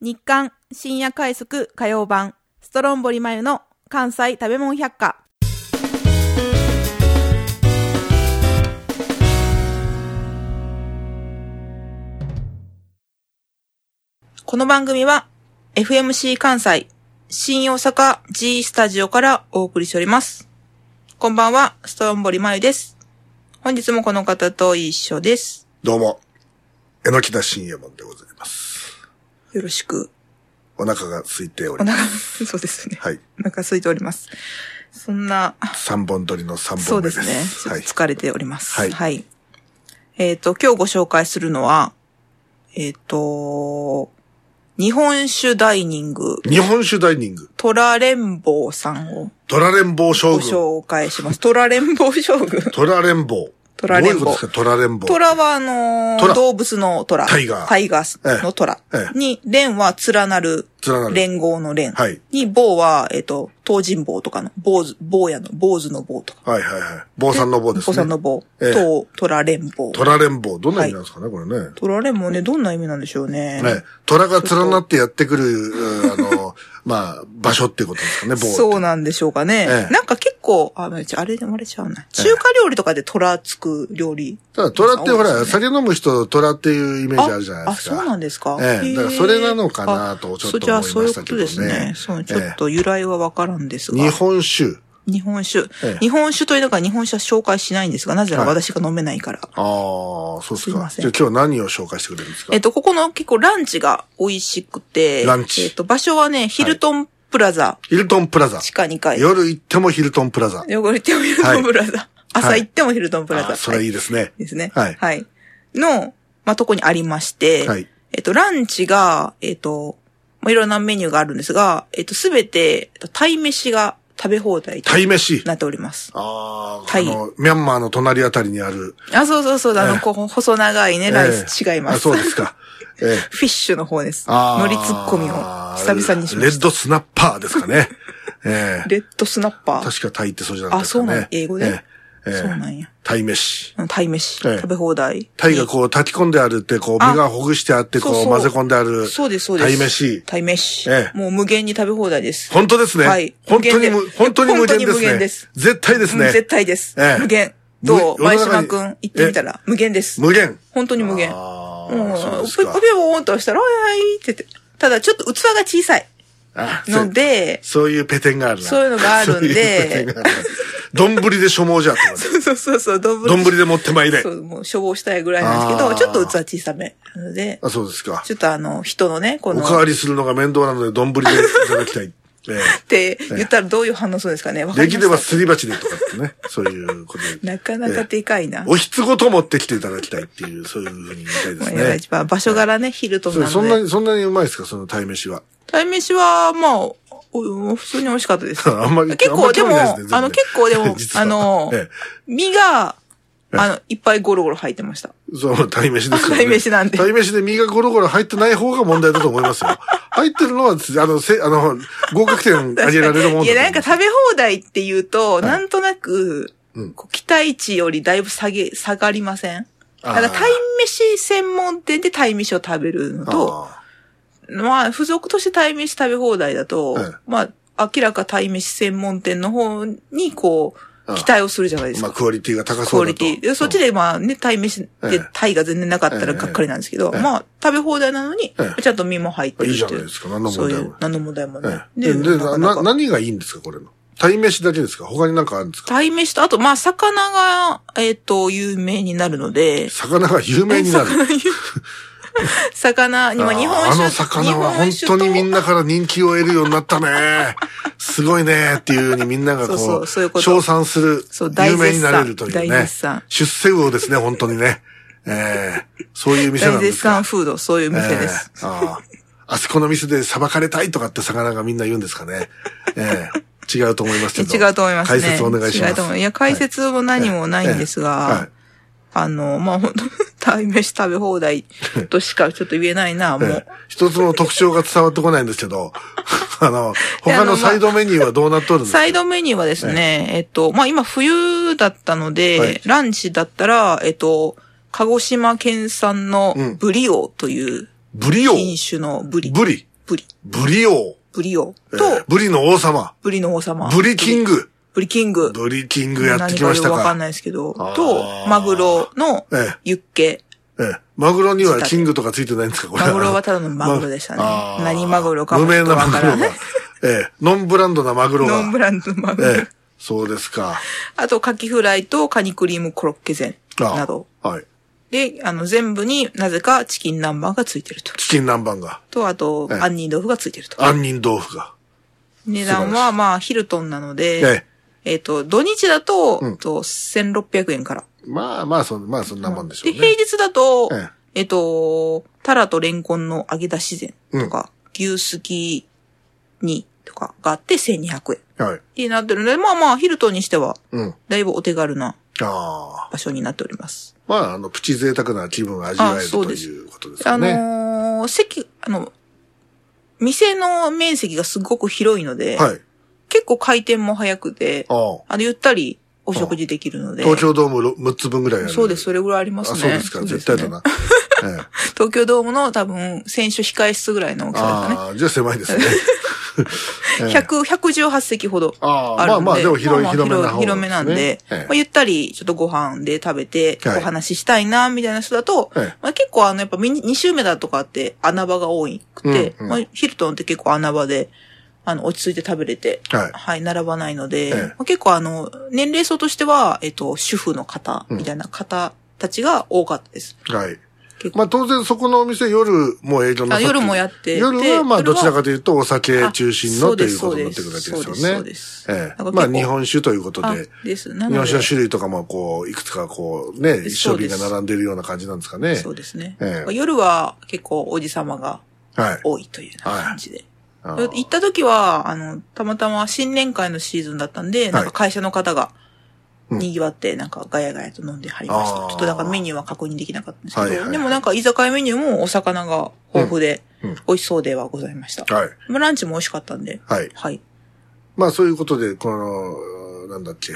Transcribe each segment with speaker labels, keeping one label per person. Speaker 1: 日刊深夜快速火曜版ストロンボリマユの関西食べ物百科この番組は FMC 関西新大阪 G スタジオからお送りしております。こんばんは、ストロンボリマユです。本日もこの方と一緒です。
Speaker 2: どうも、えのきだ新右衛門でございます。
Speaker 1: よろしく。
Speaker 2: お腹が空いてお
Speaker 1: お
Speaker 2: ります。
Speaker 1: 腹、そうですね。
Speaker 2: はい。
Speaker 1: お腹空いております。そんな、
Speaker 2: 三本取りの三
Speaker 1: そ
Speaker 2: 本
Speaker 1: う
Speaker 2: 目で。
Speaker 1: ですすね。ちょ
Speaker 2: は
Speaker 1: っ
Speaker 2: い
Speaker 1: と。疲れております。
Speaker 2: はい
Speaker 1: えっ、と、今日ご紹介するのは、えっ、と、日本酒ダイニング、
Speaker 2: 日本酒ダイニング、
Speaker 1: トラレンボーさんを
Speaker 2: トラレンボー
Speaker 1: ご
Speaker 2: 将軍。
Speaker 1: 紹介します。トラレンボー将軍。
Speaker 2: トラレンボー。
Speaker 1: トラレンボー
Speaker 2: どういうことですか、トラレンボー。
Speaker 1: トラはあのー
Speaker 2: トラ
Speaker 1: 動物のトラ。
Speaker 2: タイガー
Speaker 1: タイガーのトラ。
Speaker 2: ええ
Speaker 1: に、連は連なる。
Speaker 2: 連なる
Speaker 1: 連合の連。
Speaker 2: はい
Speaker 1: に、棒は、えっ、と、東尋坊とかの、坊主、坊やの、坊主の棒とか。
Speaker 2: はいはいはい。坊さんの坊です
Speaker 1: 坊
Speaker 2: ね。
Speaker 1: さんの棒。
Speaker 2: ええ
Speaker 1: と、トラ連棒。
Speaker 2: トラレンボー。どんな意味なんですかね、これね。
Speaker 1: トラ連棒ね、どんな意味なんでしょうね。
Speaker 2: ね、虎が連なってやってくる、うんあの、 まあ、場所っていうことですかね、棒って。
Speaker 1: そうなんでしょうかね。
Speaker 2: ええ
Speaker 1: なんか結構、あ、まあれでもあれちゃうな。中華料理とかで虎つく料理。
Speaker 2: ただ、虎ってほ
Speaker 1: そう
Speaker 2: ら、
Speaker 1: です
Speaker 2: 酒飲む人、虎っていうイメージあるじゃないですか。
Speaker 1: あ、そうなんですか。
Speaker 2: ええ
Speaker 1: へ
Speaker 2: だからそれなのかなと
Speaker 1: あ
Speaker 2: ちょっと
Speaker 1: そうじゃあ、そう
Speaker 2: 思い
Speaker 1: いうこ
Speaker 2: ましたけ
Speaker 1: と
Speaker 2: どね
Speaker 1: ですね。そう、ちょっと由来はわからんですが。
Speaker 2: 日本酒。
Speaker 1: 日本酒。
Speaker 2: ええ
Speaker 1: 日本酒というのが日本酒は紹介しないんですが、なぜなら
Speaker 2: はい
Speaker 1: 私が飲めないから。
Speaker 2: ああ、そうです
Speaker 1: すいま
Speaker 2: か。
Speaker 1: せん
Speaker 2: じゃあ今日何を紹介してくれるんですか
Speaker 1: えっと、ここの結構ランチが美味しくて。
Speaker 2: ランチ
Speaker 1: えっと、場所はね、ヒルトンプラザ、
Speaker 2: ヒルトンプラザ。
Speaker 1: 地下2階。よ
Speaker 2: 夜行ってもヒルトンプラザ。
Speaker 1: く行ってもヒルトンプラザ。朝行ってもヒルトンプラザ。
Speaker 2: あそれはいいですね。
Speaker 1: ですね。
Speaker 2: はい
Speaker 1: の、まあ、とこにありまして、
Speaker 2: はい。
Speaker 1: えっと、ランチが、えっと、まあ、いろんなメニューがあるんですが、えっと、すべて、えっと鯛飯が食べ放題と
Speaker 2: タイ飯。
Speaker 1: なっております。
Speaker 2: ああ、
Speaker 1: タ
Speaker 2: あ
Speaker 1: イ
Speaker 2: の、ミャンマーの隣あたりにある。
Speaker 1: あ、そうそうそう、あの、
Speaker 2: ええ
Speaker 1: こう、細長いね、ライス、
Speaker 2: ええ
Speaker 1: 違いま
Speaker 2: あ
Speaker 1: す。
Speaker 2: そうですか。ええ。
Speaker 1: フィッシュの方です。
Speaker 2: あー
Speaker 1: のりツッコミを久々にしま
Speaker 2: レ
Speaker 1: し
Speaker 2: ッドスナッパーです かね。え
Speaker 1: た。
Speaker 2: え。
Speaker 1: レッドスナッパー。
Speaker 2: 確かタイってそうじゃなかったです
Speaker 1: あそ
Speaker 2: か
Speaker 1: う
Speaker 2: ね。
Speaker 1: なん英語で
Speaker 2: ええ。え
Speaker 1: そうな
Speaker 2: え
Speaker 1: んや。
Speaker 2: タイ飯。
Speaker 1: あの鯛飯、
Speaker 2: ええ
Speaker 1: 食べ放題。
Speaker 2: タイがこう炊き込んであるって、こう
Speaker 1: あ
Speaker 2: 身がほぐしてあって、こ
Speaker 1: そう
Speaker 2: う
Speaker 1: そう
Speaker 2: 混ぜ込んである。
Speaker 1: そうです、そうです。
Speaker 2: 鯛飯
Speaker 1: 鯛飯。
Speaker 2: ええ
Speaker 1: もう無限に食べ放題です。
Speaker 2: 本当ですね。
Speaker 1: はい
Speaker 2: 本当に
Speaker 1: 無限
Speaker 2: む、
Speaker 1: で
Speaker 2: 本当に無
Speaker 1: 本
Speaker 2: 限
Speaker 1: 当に無限
Speaker 2: で
Speaker 1: ですす
Speaker 2: ね。絶対です
Speaker 1: うん
Speaker 2: ね。
Speaker 1: 絶対です。
Speaker 2: ええ
Speaker 1: 無限。どう
Speaker 2: 無
Speaker 1: 前
Speaker 2: 世の中
Speaker 1: 島
Speaker 2: に
Speaker 1: くん行ってみたら、無限です。
Speaker 2: 無限。
Speaker 1: 本当に無限。も
Speaker 2: あ
Speaker 1: う、
Speaker 2: ー
Speaker 1: ぷ
Speaker 2: そうです
Speaker 1: ぷぷ
Speaker 2: か。
Speaker 1: ーんとしたら、おいおいって言って。ただちょっと器が小さい
Speaker 2: あそう
Speaker 1: ので、
Speaker 2: そういうペテンがあるな。
Speaker 1: そういうのがあるんで
Speaker 2: そういうペテンがあるな丼で所望じゃってこと。
Speaker 1: そうそうそう、丼。
Speaker 2: 丼で持ってまいれ
Speaker 1: そ。う、もう、処方したいぐらいなんですけど、
Speaker 2: あー
Speaker 1: ちょっと器小さめ。なので、
Speaker 2: あ、そうですか。
Speaker 1: ちょっとあの、人のね、こ
Speaker 2: お
Speaker 1: の、
Speaker 2: かわりするのが面倒なので、丼でいただきたい。え
Speaker 1: って言ったらどういう反応するんですかね。わ
Speaker 2: え
Speaker 1: か
Speaker 2: で
Speaker 1: り
Speaker 2: き
Speaker 1: ま
Speaker 2: れば
Speaker 1: し
Speaker 2: すり鉢でとかってね。そういうこと
Speaker 1: た
Speaker 2: で。
Speaker 1: なかなかでかいな。
Speaker 2: おひつごと持ってきていただきたいっていう、そういうふうに言いたいで
Speaker 1: まあ
Speaker 2: す
Speaker 1: やばい
Speaker 2: ね
Speaker 1: 一。番場所柄ね、ヒルトン
Speaker 2: そ
Speaker 1: な
Speaker 2: れそん
Speaker 1: の
Speaker 2: な
Speaker 1: で。
Speaker 2: に、そんなにうまいですかその鯛飯は。
Speaker 1: 鯛飯は、まあお、お普通に美味しかったです。
Speaker 2: あんまり、
Speaker 1: 結
Speaker 2: あんま
Speaker 1: 構
Speaker 2: り
Speaker 1: で
Speaker 2: 興
Speaker 1: も、
Speaker 2: 味ないすね
Speaker 1: あの結構でも、
Speaker 2: 実は
Speaker 1: あの、
Speaker 2: え
Speaker 1: 身が、あの、いっぱいゴロゴロ入ってました。
Speaker 2: え、そう、鯛飯ですから、ね。
Speaker 1: 鯛飯なんで
Speaker 2: 鯛飯で身がゴロゴロ入ってない方が問題だと思いますよ。入ってるのは、あの、せ、あの、合格点上げられるもんだと思 う
Speaker 1: いや、なんか食べ放題って言うと、なんとなく、
Speaker 2: うん
Speaker 1: こう期待値よりだいぶ下げ、下がりませんだ
Speaker 2: あー
Speaker 1: から、鯛飯専門店で鯛飯を食べるのと、
Speaker 2: あ
Speaker 1: まあ、付属として鯛飯食べ放題だと、
Speaker 2: ええ
Speaker 1: まあ、明らか鯛飯専門店の方に、こう、
Speaker 2: あ
Speaker 1: 期待をするじゃないで
Speaker 2: ー
Speaker 1: す
Speaker 2: ま
Speaker 1: か
Speaker 2: あ、。クオリティが高
Speaker 1: ク
Speaker 2: そ
Speaker 1: オ
Speaker 2: うだ
Speaker 1: リ
Speaker 2: と。
Speaker 1: ティ。でそっちでまあね、鯛飯
Speaker 2: え
Speaker 1: で
Speaker 2: え
Speaker 1: 鯛が全然なかったらがっかりなんですけど、
Speaker 2: ええ
Speaker 1: まあ食べ放題なのに
Speaker 2: え、え
Speaker 1: ちゃんと身も入って
Speaker 2: うん。
Speaker 1: る
Speaker 2: いい
Speaker 1: っ
Speaker 2: じゃ
Speaker 1: て
Speaker 2: ない
Speaker 1: いう
Speaker 2: で。すか。何の
Speaker 1: そうい
Speaker 2: 問題
Speaker 1: う
Speaker 2: も、ない。
Speaker 1: 何の問題も
Speaker 2: え
Speaker 1: ね。
Speaker 2: えで、で
Speaker 1: なか
Speaker 2: な
Speaker 1: な
Speaker 2: な、
Speaker 1: か
Speaker 2: 何がいいんですか、これの。鯛飯だけですか他になんかあるんですか
Speaker 1: 鯛飯と、あとまあ魚が、えっと、有名になるので、
Speaker 2: 魚が有名になる。
Speaker 1: 魚に、まあ
Speaker 2: あー
Speaker 1: 日本
Speaker 2: あ
Speaker 1: 酒。
Speaker 2: の魚は本
Speaker 1: 日本
Speaker 2: 当
Speaker 1: 酒
Speaker 2: に
Speaker 1: と
Speaker 2: みんなから人気を得るようになったね。すごいねっていうようにみんながこう、
Speaker 1: そうそうそういうこと
Speaker 2: 称賛する
Speaker 1: そう、大
Speaker 2: 有
Speaker 1: 絶賛
Speaker 2: 名になれるという
Speaker 1: 大
Speaker 2: ね
Speaker 1: 絶賛。
Speaker 2: 出世魚ですね、本当にね。ええそういう店な
Speaker 1: 大
Speaker 2: んで
Speaker 1: 絶
Speaker 2: すか。
Speaker 1: 賛フード、そういう店です。
Speaker 2: ええあああそこの店で裁かれたいとかって魚がみんな言うんですかね。ええ違うと思いますけど。
Speaker 1: 違うと思いますね。
Speaker 2: 解説お願いします。
Speaker 1: 違うと思ういや、解説も何もないんです
Speaker 2: はいは
Speaker 1: が
Speaker 2: い、
Speaker 1: あの、まあ、本当 鯛飯食べ放題としかちょっと言えないな、も
Speaker 2: ええ
Speaker 1: う。
Speaker 2: 一つの特徴が伝わってこないんですけど、 あの、他のサイドメニューはどうなっとるんですか
Speaker 1: サイドメニューはですね、えっと、まあ、今冬だったので、
Speaker 2: はい
Speaker 1: ランチだったら、えっと、鹿児島県産の
Speaker 2: うん
Speaker 1: ブリオという
Speaker 2: ブリオ
Speaker 1: 品種のブリ。
Speaker 2: ブリ。
Speaker 1: ブリ、
Speaker 2: ブリ王。
Speaker 1: ブリ王
Speaker 2: え
Speaker 1: と、
Speaker 2: ーブリの王様。
Speaker 1: ブリの王様。
Speaker 2: ブリキン
Speaker 1: グ。
Speaker 2: グ。
Speaker 1: ブリキング。
Speaker 2: ブリキングやってきまし
Speaker 1: 何か
Speaker 2: た
Speaker 1: よくわかん
Speaker 2: か。
Speaker 1: ないですけど、
Speaker 2: あー
Speaker 1: と、マグロの
Speaker 2: ええ
Speaker 1: ユッケ。
Speaker 2: ええ。マグロにはキングとかついてないんですかこれ
Speaker 1: マグロはただのマグロでしたね。
Speaker 2: あー
Speaker 1: 何マグロかも
Speaker 2: 無
Speaker 1: ち
Speaker 2: 名
Speaker 1: ょっと
Speaker 2: な
Speaker 1: わ
Speaker 2: マグ
Speaker 1: から
Speaker 2: ロが
Speaker 1: ない。。
Speaker 2: ええ。ノンブランドなマグロ
Speaker 1: ノンブ
Speaker 2: が。
Speaker 1: ランドのマグロ。
Speaker 2: ええ。そうですか。
Speaker 1: あと、カキフライとカニクリームコロッケ膳
Speaker 2: ああ
Speaker 1: など。
Speaker 2: はい。
Speaker 1: で、あの、全部になぜかチキン南蛮がついてると。
Speaker 2: チキン南蛮が。
Speaker 1: と、あと、
Speaker 2: ええ
Speaker 1: 杏仁豆腐がついてると。
Speaker 2: 杏仁豆腐が。
Speaker 1: 値段
Speaker 2: 素晴ら
Speaker 1: は、まあ、ヒルトンなので
Speaker 2: え、
Speaker 1: えっと、土日だと、
Speaker 2: うん
Speaker 1: えっと1600円から。
Speaker 2: まあまあ、そんまあそんなもんでしょ
Speaker 1: で、
Speaker 2: う
Speaker 1: 平
Speaker 2: ね。
Speaker 1: 日だと
Speaker 2: ええ、
Speaker 1: えっと、タラとレンコンの揚げ出し膳とか、牛すき煮とかがあって1200円。
Speaker 2: はい。
Speaker 1: ってなってるので、まあまあ、ヒルトンにしては、
Speaker 2: うん。
Speaker 1: だいぶお手軽な
Speaker 2: ああ。
Speaker 1: 場所になっております。
Speaker 2: まあ、あの、プチ贅沢な気分が味わえ
Speaker 1: あ
Speaker 2: る
Speaker 1: そう
Speaker 2: と
Speaker 1: です
Speaker 2: いうことです
Speaker 1: あ
Speaker 2: よ
Speaker 1: の
Speaker 2: ね。
Speaker 1: ー席、あの、店の面積がすごく広いので、
Speaker 2: はい。
Speaker 1: 結構回転も早くて、
Speaker 2: ああ。
Speaker 1: あの、ゆったりお食事できるので。
Speaker 2: 東京ドーム6つ分ぐらいある。
Speaker 1: そうです、それぐらいありま
Speaker 2: あ、
Speaker 1: すね。
Speaker 2: そうですか。絶対だ
Speaker 1: ね。
Speaker 2: な。ええ
Speaker 1: 東京ドームの多分、選手控室ぐらいの大きさですかね。
Speaker 2: ああ、じゃあ狭いですね。 ええ
Speaker 1: 100、118席ほど
Speaker 2: あ
Speaker 1: あ
Speaker 2: あ、ま
Speaker 1: る
Speaker 2: あ
Speaker 1: んで。
Speaker 2: まあ、でも広い、
Speaker 1: まあ
Speaker 2: 広めな方が
Speaker 1: 広めなんで、
Speaker 2: すねえ
Speaker 1: まあ、ゆったりちょっとご飯で食べて、
Speaker 2: はい
Speaker 1: お話ししたいな、みたいな人だと、
Speaker 2: ええ
Speaker 1: まあ、結構あの、やっぱ2週目だとかって穴場が多くて、
Speaker 2: うんうん
Speaker 1: まあ、ヒルトンって結構穴場で、あの、落ち着いて食べれて、
Speaker 2: えはい。
Speaker 1: はい、並ばないので、
Speaker 2: ええ
Speaker 1: まあ、結構あの、年齢層としては、えっと、主婦の方、みたいな方たちが多かったです。
Speaker 2: はい
Speaker 1: 結。構
Speaker 2: まあ当然そこのお店夜も営業
Speaker 1: あ
Speaker 2: なさって
Speaker 1: 夜もやってて
Speaker 2: 夜はまあ
Speaker 1: 夜
Speaker 2: ど
Speaker 1: は
Speaker 2: ちらかというとお酒中心
Speaker 1: あそう
Speaker 2: のと
Speaker 1: で
Speaker 2: い
Speaker 1: す
Speaker 2: うことになってくるわけですよね。
Speaker 1: そうですそうです
Speaker 2: ええ
Speaker 1: なんか結構
Speaker 2: まあ日本酒ということ
Speaker 1: あ
Speaker 2: で、、
Speaker 1: です。な
Speaker 2: 日
Speaker 1: ので
Speaker 2: 本酒の種類とかもこう、いくつかこうね、一
Speaker 1: そう
Speaker 2: 生
Speaker 1: で
Speaker 2: 瓶
Speaker 1: す
Speaker 2: が並んでるような感じなんですかね。
Speaker 1: そうですね。
Speaker 2: ええ
Speaker 1: まあ夜は結構おじさまが
Speaker 2: はい。
Speaker 1: 多いというような感じで。
Speaker 2: あ
Speaker 1: で行った時は、あの、たまたま新年会のシーズンだったんで、なんか会社の方が、
Speaker 2: うん
Speaker 1: 賑わって、なんかガヤガヤと飲んではりました。
Speaker 2: あー
Speaker 1: ちょっとだからメニューは確認できなかったんですけど、
Speaker 2: はいはいはい
Speaker 1: でもなんか居酒屋メニューもお魚が豊富で
Speaker 2: うんうん、
Speaker 1: 美味しそうではございました。
Speaker 2: はい。
Speaker 1: まあランチも美味しかったんで、
Speaker 2: はい。
Speaker 1: はい。
Speaker 2: まあそういうことで、この、なんだっけ、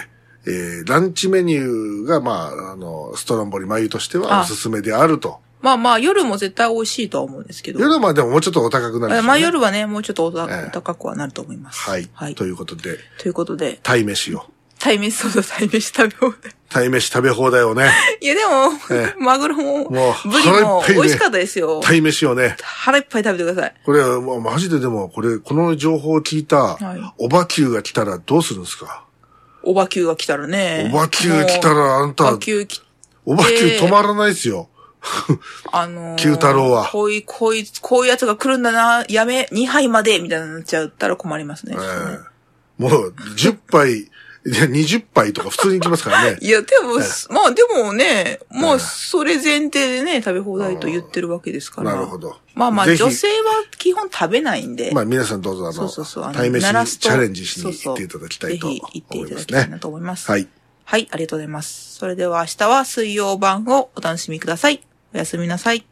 Speaker 2: えー、ランチメニューが、まあ、あの、ストロンボリ眉としては
Speaker 1: あ
Speaker 2: おすすめであると。
Speaker 1: まあまあ夜も絶対美味しいとは思うんですけど、
Speaker 2: 夜はまあでももうちょっとお高くなるでしょうね
Speaker 1: まあ夜はね、もうちょっとお
Speaker 2: ええ
Speaker 1: 高くはなると思います。
Speaker 2: はい。
Speaker 1: はい。
Speaker 2: ということで、
Speaker 1: ということで、
Speaker 2: 鯛飯を。
Speaker 1: 対面そうそう対面した放題。
Speaker 2: 鯛飯食べ放題をね、
Speaker 1: いやでも、
Speaker 2: え
Speaker 1: マグロも、
Speaker 2: もう
Speaker 1: ブリも
Speaker 2: 腹いっぱいね
Speaker 1: 美味しかったですよ。
Speaker 2: 鯛飯をね、
Speaker 1: 腹いっぱい食べてください。
Speaker 2: これ、もうマジででも、これ、この情報を聞いた
Speaker 1: はい、
Speaker 2: おばきゅうが来たらどうするんですか
Speaker 1: おばきゅうが来たらね。
Speaker 2: おばきゅう来た
Speaker 1: も
Speaker 2: ら、あん
Speaker 1: う、お
Speaker 2: た
Speaker 1: ば、きゅうき、
Speaker 2: おばきゅう止まらないですよ。
Speaker 1: あのー
Speaker 2: 九太郎は
Speaker 1: こういう、こういう、こういうやつが来るんだな、やめ、2杯まで、みたいになっちゃったら困りますね。
Speaker 2: え
Speaker 1: ちょっとね
Speaker 2: えもう、10杯、いや20杯とか普通に行きますからね。
Speaker 1: いや、でも、まあでもね、も
Speaker 2: え
Speaker 1: う
Speaker 2: え
Speaker 1: それ前提でね、食べ放題と言ってるわけですから。
Speaker 2: なるほど
Speaker 1: まあまあ、
Speaker 2: ぜひ
Speaker 1: 女性は基本食べないんで。
Speaker 2: まあ皆さんどうぞあ
Speaker 1: そうそうそう。あ
Speaker 2: の、
Speaker 1: の
Speaker 2: 鯛飯
Speaker 1: 鳴らす
Speaker 2: に
Speaker 1: と
Speaker 2: チャレンジし
Speaker 1: そう
Speaker 2: に
Speaker 1: そう
Speaker 2: 行っていただきたいと
Speaker 1: ぜひ行ってい
Speaker 2: 思い
Speaker 1: ただ
Speaker 2: ま
Speaker 1: き
Speaker 2: す
Speaker 1: たいな
Speaker 2: ね。
Speaker 1: と思います。
Speaker 2: はい。
Speaker 1: はい、ありがとうございます。それでは明日は水曜版をお楽しみください。おやすみなさい。